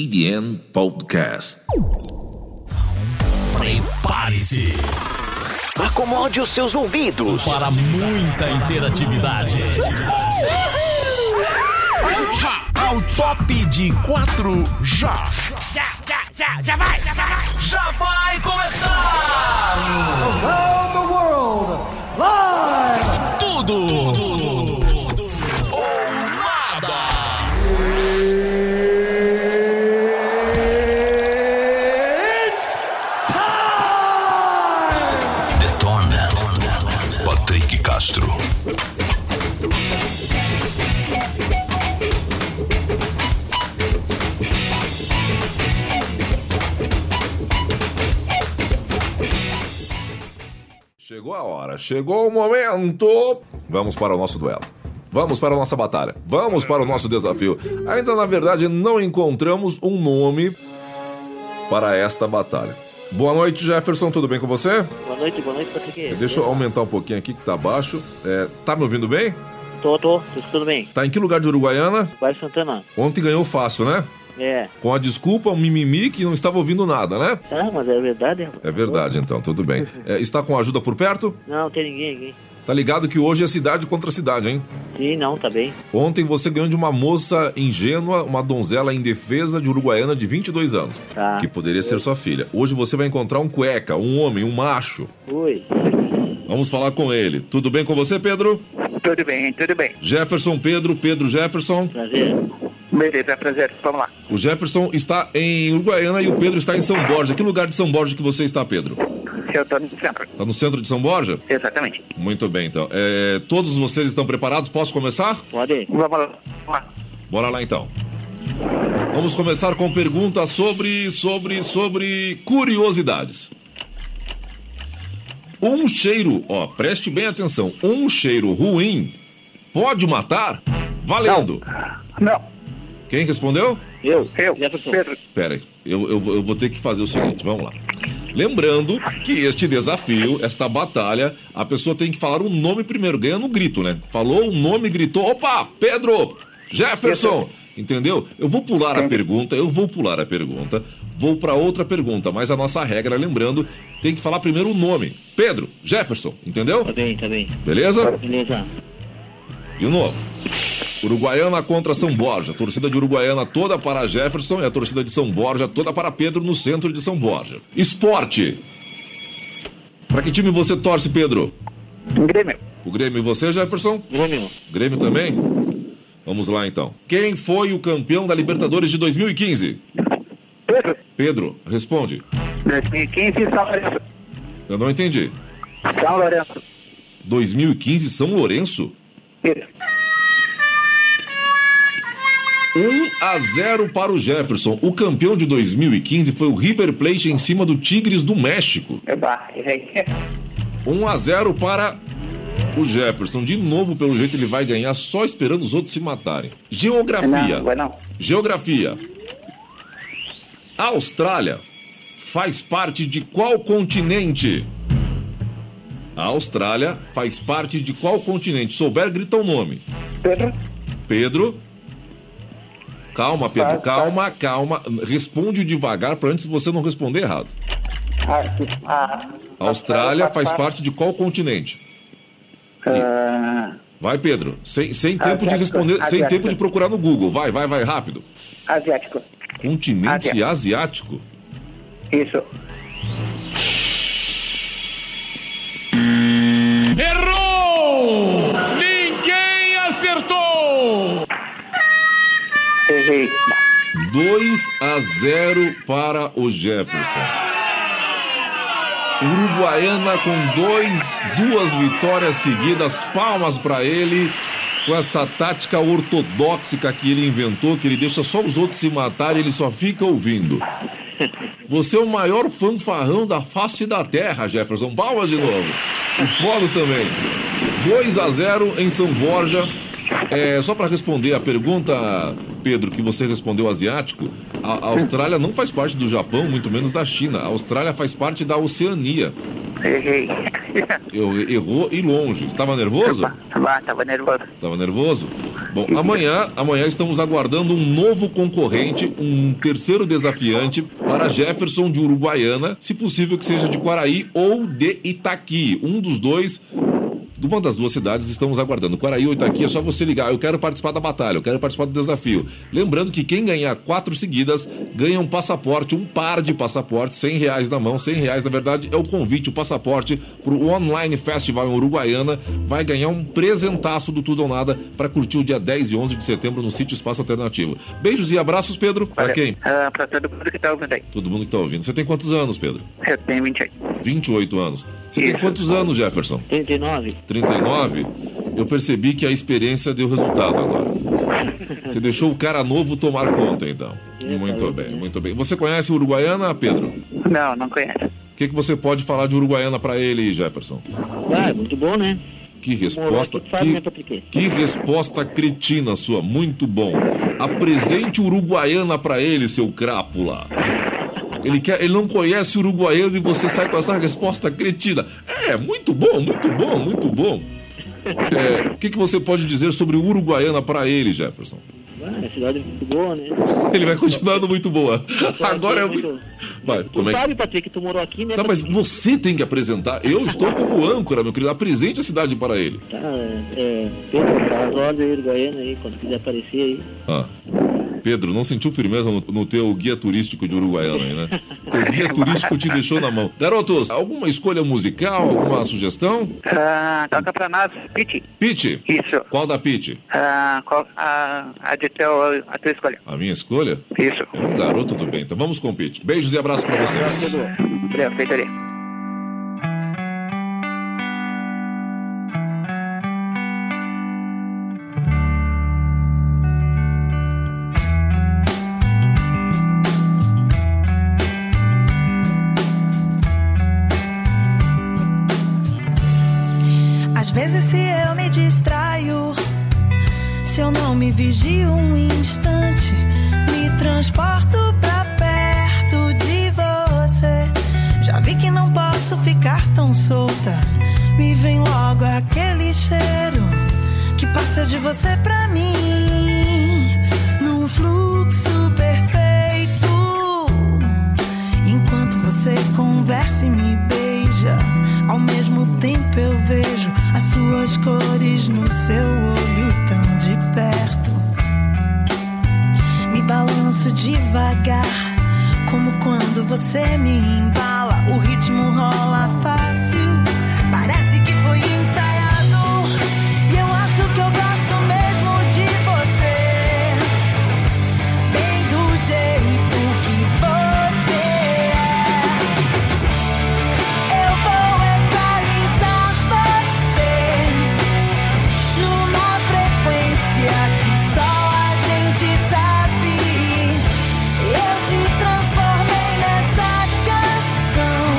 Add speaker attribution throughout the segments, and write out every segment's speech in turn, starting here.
Speaker 1: TDN Podcast.
Speaker 2: Prepare-se
Speaker 3: Acomode os seus ouvidos.
Speaker 2: para muita interatividade. Ao top de quatro já. Já, já, já, já vai, já vai. Já vai começar. Around the world, live. Tudo. ou nada. Detona. Patrick Castro.
Speaker 1: Chegou a hora, chegou o momento. Vamos para o nosso duelo. Vamos para a nossa batalha. Vamos para o nosso desafio. Ainda na verdade não encontramos um nome para esta batalha. Boa noite, Jefferson. Tudo bem com você?
Speaker 3: Boa noite, boa noite, Patrick.
Speaker 1: Deixa eu aumentar um pouquinho aqui que tá baixo. É, tá me ouvindo bem?
Speaker 3: Tô, tô, tudo, tudo bem.
Speaker 1: Tá em que lugar de Uruguaiana?
Speaker 3: Vai Santana.
Speaker 1: Ontem ganhou fácil, né?
Speaker 3: É.
Speaker 1: Com a desculpa, um mimimi que não estava ouvindo nada, né?
Speaker 3: Ah, mas é verdade, rapaz.
Speaker 1: É verdade, então, tudo bem. É, está com ajuda por perto?
Speaker 3: Não, não tem ninguém aqui.
Speaker 1: Tá ligado que hoje é cidade contra cidade, hein?
Speaker 3: Sim, não, tá bem.
Speaker 1: Ontem você ganhou de uma moça ingênua, uma donzela indefesa de uruguaiana de 22 anos,
Speaker 3: Tá.
Speaker 1: que poderia ser sua filha. Hoje você vai encontrar um cueca, um homem, um macho.
Speaker 3: Ui.
Speaker 1: Vamos falar com ele. Tudo bem com você, Pedro?
Speaker 4: Tudo bem, tudo bem.
Speaker 1: Jefferson Pedro, Pedro Jefferson.
Speaker 3: Prazer.
Speaker 4: Beleza, é um prazer. Vamos lá.
Speaker 1: O Jefferson está em Uruguaiana e o Pedro está em São Borja. Que lugar de São Borja que você está, Pedro?
Speaker 4: Seu dono de sempre.
Speaker 1: Está no centro de São Borja?
Speaker 4: Exatamente.
Speaker 1: Muito bem, então. É, todos vocês estão preparados? Posso começar?
Speaker 3: Pode ir.
Speaker 4: Vamos lá. Vamos lá.
Speaker 1: Bora lá então. Vamos começar com perguntas sobre, sobre, sobre curiosidades. Um cheiro, ó, preste bem atenção. Um cheiro ruim pode matar? Valendo.
Speaker 4: Não,
Speaker 1: Quem respondeu?
Speaker 3: Eu?
Speaker 4: eu,
Speaker 3: Jefferson.
Speaker 4: Pedro.
Speaker 1: Pera aí, eu, eu, vou- eu vou ter que fazer o seguinte, vamos lá. Lembrando que este desafio, esta batalha, a pessoa tem que falar o nome primeiro, ganha no grito, né? Falou o nome, gritou, opa, Pedro, Jefferson, entendeu? Eu vou pular a pergunta, eu vou pular a pergunta, vou pra outra pergunta, mas a nossa regra, lembrando, tem que falar primeiro o nome, Pedro, Jefferson,
Speaker 3: Tá
Speaker 1: entendeu?
Speaker 3: bem, tá bem.
Speaker 1: Beleza?
Speaker 3: Beleza.
Speaker 1: De novo. Uruguaiana contra São Borja. Torcida de Uruguaiana toda para Jefferson e a torcida de São Borja toda para Pedro no centro de São Borja. Esporte. Para que time você torce, Pedro?
Speaker 4: Grêmio.
Speaker 1: O Grêmio e você, Jefferson?
Speaker 3: Grêmio.
Speaker 1: Grêmio também? Vamos lá então. Quem foi o campeão da Libertadores de 2015?
Speaker 4: Pedro.
Speaker 1: Pedro, responde.
Speaker 4: 2015, São Lourenço.
Speaker 1: Eu não entendi.
Speaker 4: São Lourenço.
Speaker 1: 2015 São Lourenço?
Speaker 4: Pedro.
Speaker 1: 1 a 0 para o Jefferson. O campeão de 2015 foi o River Plate em cima do Tigres do México.
Speaker 4: Eba, errei.
Speaker 1: 1 a 0 para o Jefferson. De novo, pelo jeito, ele vai ganhar só esperando os outros se matarem. Geografia.
Speaker 4: Não, vai não.
Speaker 1: Geografia. A Austrália faz parte de qual continente? A Austrália faz parte de qual continente? Souber, grita o nome.
Speaker 4: Pedro.
Speaker 1: Pedro. Calma,
Speaker 4: Tá,
Speaker 1: Pedro.
Speaker 4: tá.
Speaker 1: Calma, calma. Responde devagar para antes você não responder errado.
Speaker 4: Ah, ah,
Speaker 1: A Austrália faz parte de qual continente?
Speaker 4: Ah,
Speaker 1: Vai, Pedro. Sem, sem tempo de
Speaker 4: Asiático,
Speaker 1: responder, sem
Speaker 4: asiático.
Speaker 1: tempo de procurar no Google. Vai, vai, vai, rápido.
Speaker 4: asiático.
Speaker 1: Continente asiático?
Speaker 4: Isso.
Speaker 5: Errou! Ninguém acertou!
Speaker 4: Errei.
Speaker 1: 2 a 0 para o Jefferson. Uruguaiana com dois, duas vitórias seguidas. Palmas para ele. Com essa tática ortodoxa que ele inventou, que ele deixa só os outros se matarem, ele só fica ouvindo. Você é o maior fanfarrão da face da terra, Jefferson. Palmas de novo. O Folos também. 2 a 0 em São Borja. É, só para responder a pergunta, Pedro, que você respondeu asiático, a, a Austrália não faz parte do Japão, muito menos da China. A Austrália faz parte da Oceania.
Speaker 4: Errei.
Speaker 1: Eu, errou e longe. Estava nervoso?
Speaker 4: Bah, tava nervoso.
Speaker 1: Estava nervoso? Bom, amanhã, amanhã estamos aguardando um novo concorrente, um terceiro desafiante para Jefferson de Uruguaiana, se possível que seja de Quaraí ou de Itaqui. Um dos dois, de uma das duas cidades, estamos aguardando. Quaraí ou Itaqui, é só você ligar. Eu quero participar da batalha, eu quero participar do desafio. Lembrando que quem ganhar quatro seguidas ganha um passaporte, um par de passaportes, 100 reais na mão, 100 reais na verdade é o convite, o passaporte para o Online Festival em Uruguaiana. Vai ganhar um presentaço do Tudo ou Nada para curtir o dia 10 e 11 de setembro no sítio Espaço Alternativo. Beijos e abraços, Pedro. Para
Speaker 4: Olha,
Speaker 1: quem?
Speaker 4: ah, pra todo mundo que tá ouvindo aí.
Speaker 1: Todo mundo que tá ouvindo. Você tem quantos anos, Pedro?
Speaker 4: Eu tenho 20 aí.
Speaker 1: 28 anos. Você tem
Speaker 4: Isso.
Speaker 1: quantos anos, Jefferson?
Speaker 3: 39.
Speaker 1: 39, eu percebi que a experiência deu resultado agora. Você deixou o cara novo tomar conta, então. Muito bem, muito bem. Você conhece Uruguaiana, Pedro?
Speaker 4: Não, não conheço.
Speaker 1: O que, que você pode falar de Uruguaiana pra ele, Jefferson?
Speaker 3: Ah, é muito bom, né?
Speaker 1: Que
Speaker 3: Morar
Speaker 1: resposta.
Speaker 3: aqui, sabe, né,
Speaker 1: Que,
Speaker 3: Patrick?
Speaker 1: que resposta cretina sua, muito bom. Apresente Uruguaiana pra ele, seu crápula. Ele, quer, ele não conhece Uruguaiana e você sai com essa resposta cretina. É, muito bom, muito bom, muito bom. É, o que, que você pode dizer sobre Uruguaiana pra ele, Jefferson?
Speaker 3: Ah, a cidade é muito boa, né?
Speaker 1: Ele vai continuando muito boa. Agora é muito. Vai,
Speaker 3: Tu
Speaker 1: como é que.
Speaker 3: sabe, Patrick, que tu morou aqui, né?
Speaker 1: Tá, mas
Speaker 3: Patrick?
Speaker 1: você tem que apresentar. Eu estou como âncora, meu querido. Apresente a cidade para ele.
Speaker 3: Tá, é, é, Pedro, faz ordem aí, Uruguaiana, aí, quando quiser aparecer aí.
Speaker 1: Ah. Pedro, não sentiu firmeza no, no teu guia turístico de Uruguaiana, aí, né? Teu guia turístico te deixou na mão. Garotos, alguma escolha musical, alguma sugestão?
Speaker 4: Ah, toca pra nós, Piti.
Speaker 1: Pete,
Speaker 4: Isso.
Speaker 1: qual da Pete?
Speaker 4: Ah, qual, ah, a de teu, a tua escolha.
Speaker 1: A minha escolha?
Speaker 4: Isso.
Speaker 1: É um garoto do bem, então vamos com o Pete. Beijos e abraços pra vocês.
Speaker 4: Obrigado, feito ali.
Speaker 6: Às vezes, se eu me distraio, se eu não me vigio um instante, me transporto pra perto de você. Já vi que não posso ficar tão solta. Me vem logo aquele cheiro que passa de você pra mim, num fluxo perfeito. Enquanto você conversa e me beija, ao mesmo tempo eu vejo as suas cores no seu olho tão de perto. Me balanço devagar, como quando você me embala. O ritmo rola fácil, parece que foi ensaiado. E eu acho que eu gosto mesmo de você bem do jeito que você é. Eu vou equalizar você numa frequência que só a gente sabe. Eu te transformei nessa canção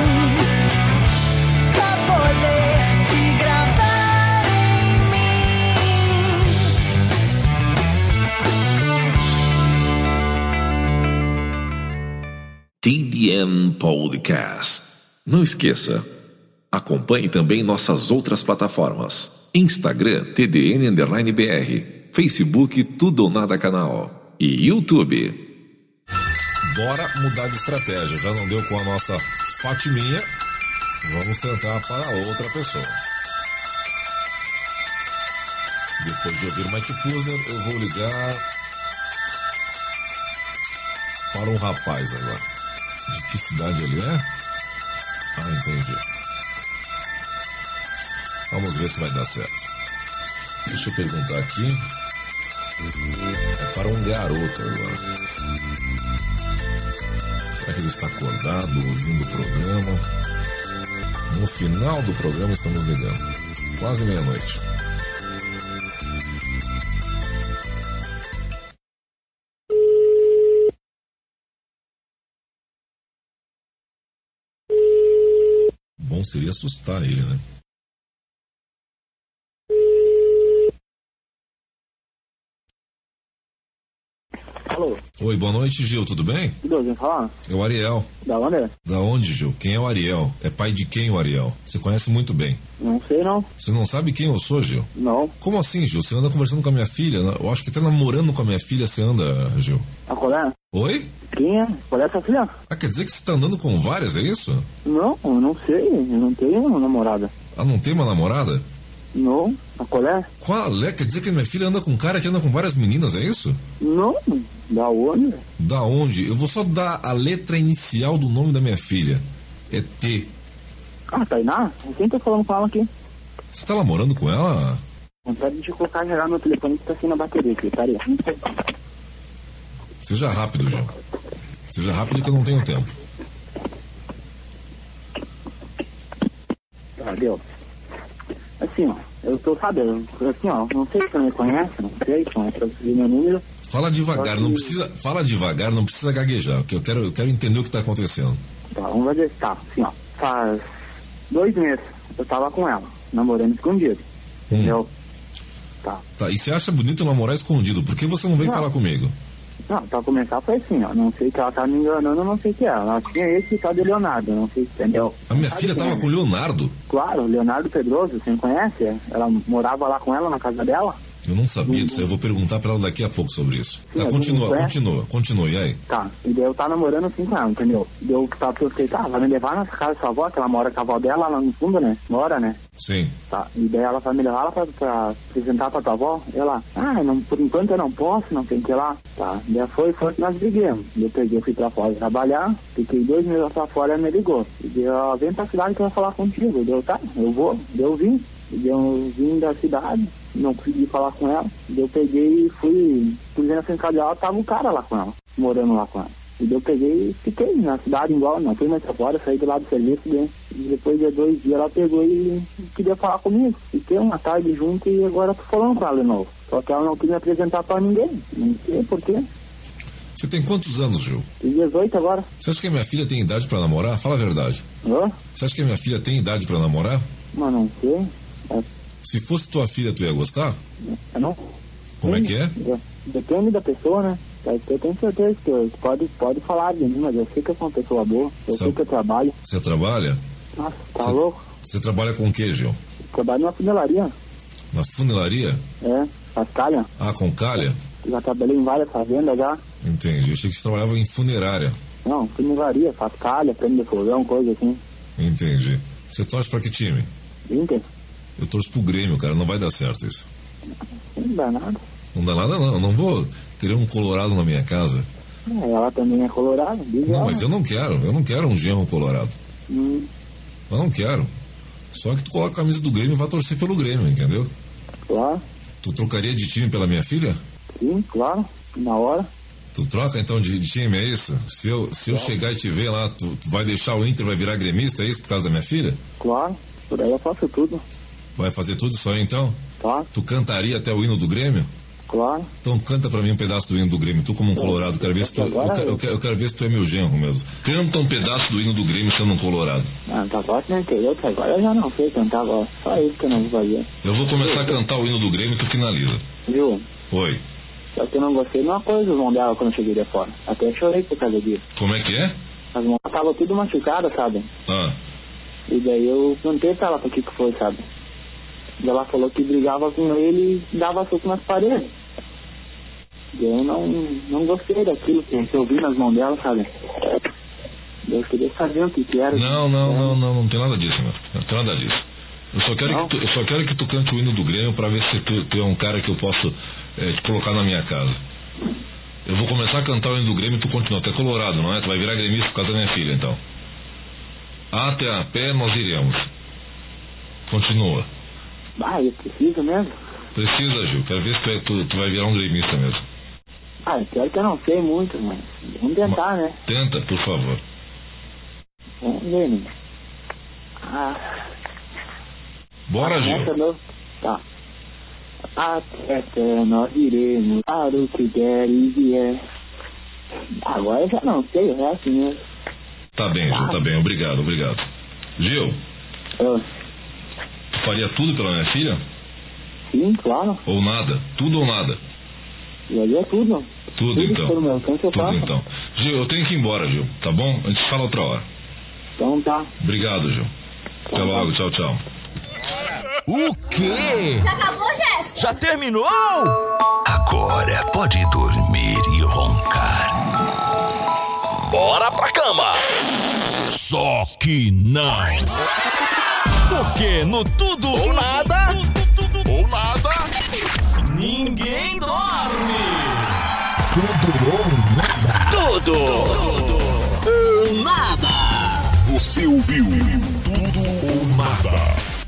Speaker 6: pra poder te gravar em mim.
Speaker 7: TDM Podcast. Não esqueça, acompanhe também nossas outras plataformas: Instagram TDN Underline BR, Facebook Tudo ou Nada Canal e YouTube.
Speaker 1: Bora mudar de estratégia. Já não deu com a nossa Fatiminha. Vamos tentar para outra pessoa. Depois de ouvir Mike Pusner, eu vou ligar para um rapaz agora. De que cidade ele é? Ah, entendi. Vamos ver se vai dar certo. Deixa eu perguntar aqui. É para um garoto agora. Será que ele está acordado ouvindo o programa? No final do programa estamos ligando. Quase meia-noite. Bom seria assustar ele, né?
Speaker 3: Alô,
Speaker 1: Oi, boa noite, Gil, tudo bem?
Speaker 3: Deus, vem falar?
Speaker 1: É o Ariel.
Speaker 3: Da onde é?
Speaker 1: Da onde, Gil? Quem é o Ariel? É pai de quem o Ariel? Você conhece muito bem.
Speaker 3: Não sei não.
Speaker 1: Você não sabe quem eu sou, Gil?
Speaker 3: Não.
Speaker 1: Como assim, Gil? Você anda conversando com a minha filha? Eu acho que até namorando com a minha filha você anda, Gil.
Speaker 3: A qual é?
Speaker 1: Oi?
Speaker 3: Quem é? Qual é essa filha?
Speaker 1: Ah, quer dizer que você tá andando com várias, é isso?
Speaker 3: Não, eu não sei. Eu não tenho namorada.
Speaker 1: Ah, não tem uma namorada?
Speaker 3: Não. A qual é?
Speaker 1: Qual é? Quer dizer que minha filha anda com um cara que anda com várias meninas, é isso?
Speaker 3: Não. Da onde?
Speaker 1: Da onde? Eu vou só dar a letra inicial do nome da minha filha. É T.
Speaker 3: Ah, Tainá? Quem tá falando com ela aqui?
Speaker 1: Você tá namorando com ela?
Speaker 3: Vontade de colocar geral no telefone que tá sem a bateria aqui, peraí.
Speaker 1: Seja rápido, Gil. Seja rápido que eu não tenho tempo.
Speaker 3: Valeu. Assim, ó, eu tô sabendo. Assim, ó, não sei se você me conhece, não sei, então é pra conseguir meu número.
Speaker 1: Fala devagar, não precisa. Fala devagar, não precisa gaguejar. Que eu quero, eu quero entender o que tá acontecendo.
Speaker 3: Tá, vamos fazer tá, assim, ó. Faz dois meses eu tava com ela, namorando escondido.
Speaker 1: Uhum.
Speaker 3: Entendeu? Tá.
Speaker 1: Tá, e você acha bonito namorar escondido? Por que você não vem
Speaker 3: Não.
Speaker 1: falar comigo?
Speaker 3: Não, pra começar foi assim, ó. Não sei que ela tá me enganando, eu não sei o que é. Ela tinha esse tal de Leonardo, eu não sei, entendeu?
Speaker 1: A minha
Speaker 3: Sabe
Speaker 1: filha
Speaker 3: quem
Speaker 1: tava
Speaker 3: é?
Speaker 1: com o Leonardo.
Speaker 3: Claro, Leonardo Pedroso, você me conhece? Ela morava lá com ela na casa dela?
Speaker 1: Eu não sabia disso, eu vou perguntar pra ela daqui a pouco sobre isso.
Speaker 3: Sim,
Speaker 1: Tá,
Speaker 3: algum
Speaker 1: continua,
Speaker 3: lugar?
Speaker 1: continua, continua, e aí?
Speaker 3: Tá, e daí eu tava namorando assim com ela, entendeu? Deu que tava eu fiquei, tá, vai me levar na casa da sua avó, que ela mora com a avó dela lá no fundo, né? Mora, né?
Speaker 1: Sim.
Speaker 3: Tá, e daí ela vai me levar lá pra, pra apresentar pra tua avó, ela, ah, não, por enquanto eu não posso, não tem que ir lá. Tá, daí foi, foi que nós brigamos. Daí Eu peguei, fui pra fora trabalhar, fiquei dois meses pra fora, ela me ligou. E daí ela, vem pra cidade que eu vou falar contigo. Deu, tá, eu vou, daí eu vim. E daí eu vim da cidade, não consegui falar com ela. Daí eu peguei e fui, fui ver na frente dela, tava um cara lá com ela, morando lá com ela. E daí eu peguei e fiquei na cidade igual, não fui mais pra fora, saí do lado do serviço, né? e depois de dois dias ela pegou e queria falar comigo. Fiquei uma tarde junto e agora tô falando com ela de novo. Só que ela não quis me apresentar pra ninguém. Não sei por quê.
Speaker 1: Você tem quantos anos, Gil?
Speaker 3: Tem 18 agora.
Speaker 1: Você acha que a minha filha tem idade pra namorar? Fala a verdade.
Speaker 3: Hã?
Speaker 1: Você acha que a minha filha tem idade pra namorar?
Speaker 3: Mas não sei. É,
Speaker 1: Se fosse tua filha, tu ia gostar?
Speaker 3: Eu não.
Speaker 1: Como é que é?
Speaker 3: de- Depende da pessoa, né? Mas Eu tenho certeza que eu- pode, pode falar de mim, mas eu sei que eu sou uma pessoa boa. Eu
Speaker 1: Sabe-
Speaker 3: sei que eu trabalho.
Speaker 1: Você trabalha?
Speaker 3: Nossa, tá
Speaker 1: Sabe-
Speaker 3: louco?
Speaker 1: Você trabalha com o que, Gil?
Speaker 3: Trabalho numa funelaria.
Speaker 1: Na funilaria?
Speaker 3: É, faz calha.
Speaker 1: Ah, com calha?
Speaker 3: Já trabalhei em várias fazendas já.
Speaker 1: Entendi. Eu achei que você trabalhava em funerária.
Speaker 3: Não, funelaria, faz calha, prende fogão, coisa assim.
Speaker 1: Entendi. Você torce pra que time?
Speaker 3: Inter,
Speaker 1: Eu torço pro Grêmio, cara. Não vai dar certo isso.
Speaker 3: não dá nada.
Speaker 1: Não dá nada, não. Eu não vou querer um colorado na minha casa.
Speaker 3: É, Ela também é colorada, diz
Speaker 1: Não,
Speaker 3: ela.
Speaker 1: mas eu não quero. Eu não quero um genro colorado.
Speaker 3: Hum,
Speaker 1: Eu não quero. Só que tu coloca a camisa do Grêmio e vai torcer pelo Grêmio, entendeu?
Speaker 3: claro,
Speaker 1: Tu trocaria de time pela minha filha?
Speaker 3: sim, claro, na hora.
Speaker 1: Tu troca então de, de time, é isso? Se eu, se eu chegar e te ver lá, tu, tu vai deixar o Inter, vai virar gremista, é isso? Por causa da minha filha?
Speaker 3: Claro, por aí eu faço tudo,
Speaker 1: Vai fazer tudo isso aí então?
Speaker 3: tá?
Speaker 1: Tu cantaria até o hino do Grêmio?
Speaker 3: Claro.
Speaker 1: Então canta pra mim um pedaço do hino do Grêmio. Tu como um colorado, quero ver se tu, eu, quero- eu quero, eu quero ver se tu é meu genro mesmo. Canta um pedaço do hino do Grêmio sendo um colorado.
Speaker 3: Ah, tá ótimo, entendeu? Que agora eu já não sei cantar agora. Só isso que eu não vou fazer.
Speaker 1: Eu vou começar a cantar o hino do Grêmio e tu finaliza.
Speaker 3: Viu?
Speaker 1: Oi.
Speaker 3: Só que eu não gostei de uma coisa do irmão dela quando eu cheguei de fora. Até chorei por causa disso.
Speaker 1: Como é que é?
Speaker 3: As mãos estavam tudo machucadas, sabe?
Speaker 1: Ah,
Speaker 3: E daí eu perguntei pra ela por que que foi, sabe? E ela falou que brigava com ele e dava soco nas paredes. E eu não, não gostei daquilo que eu vi nas mãos dela, sabe? Eu queria saber o que que era.
Speaker 1: não, não, não, não, não tem nada disso, meu. Não tem nada disso. Eu só quero,
Speaker 3: Não?
Speaker 1: que tu, eu só quero que tu cante o hino do Grêmio pra ver se tu, tu é um cara que eu posso eh, te colocar na minha casa. Eu vou começar a cantar o hino do Grêmio e tu continua. Tu é colorado, não é? Tu vai virar gremista por causa da minha filha, então. Até a pé nós iremos. Continua.
Speaker 3: Ah, eu preciso mesmo?
Speaker 1: Precisa, Gil. Quero ver se tu, é- tu- tu vai virar um gremista mesmo.
Speaker 3: Ah, é pior que eu não sei muito, mas vamos tentar, né?
Speaker 1: Tenta, por favor.
Speaker 3: Vamos ver, né? Ah,
Speaker 1: Bora,
Speaker 3: começa
Speaker 1: Gil.
Speaker 3: meu... Tá. Até que nós iremos para o que der e vier. Agora eu já não sei o resto mesmo.
Speaker 1: Tá bem, Gil. Tá bem. Obrigado, obrigado. Gil,
Speaker 3: Eu...
Speaker 1: tu faria tudo pela minha filha?
Speaker 3: Sim, claro.
Speaker 1: Ou nada? Tudo ou nada?
Speaker 7: E aí é tudo.
Speaker 1: Tudo então.
Speaker 7: que for no meu alcance eu
Speaker 1: Tudo
Speaker 7: faço.
Speaker 1: então. Gil, eu tenho que ir embora, Gil, tá bom? A gente fala outra hora.
Speaker 7: Então tá.
Speaker 1: Obrigado, Gil. Até logo, tchau, tchau.
Speaker 2: O quê?
Speaker 8: Já acabou, Jéssica?
Speaker 2: Já terminou? Agora pode dormir e roncar. Bora pra cama! Só que não! Porque no tudo ou nada, ou nada, ninguém dorme! Tudo ou nada! Tudo! Ou nada! Você ouviu tudo ou nada?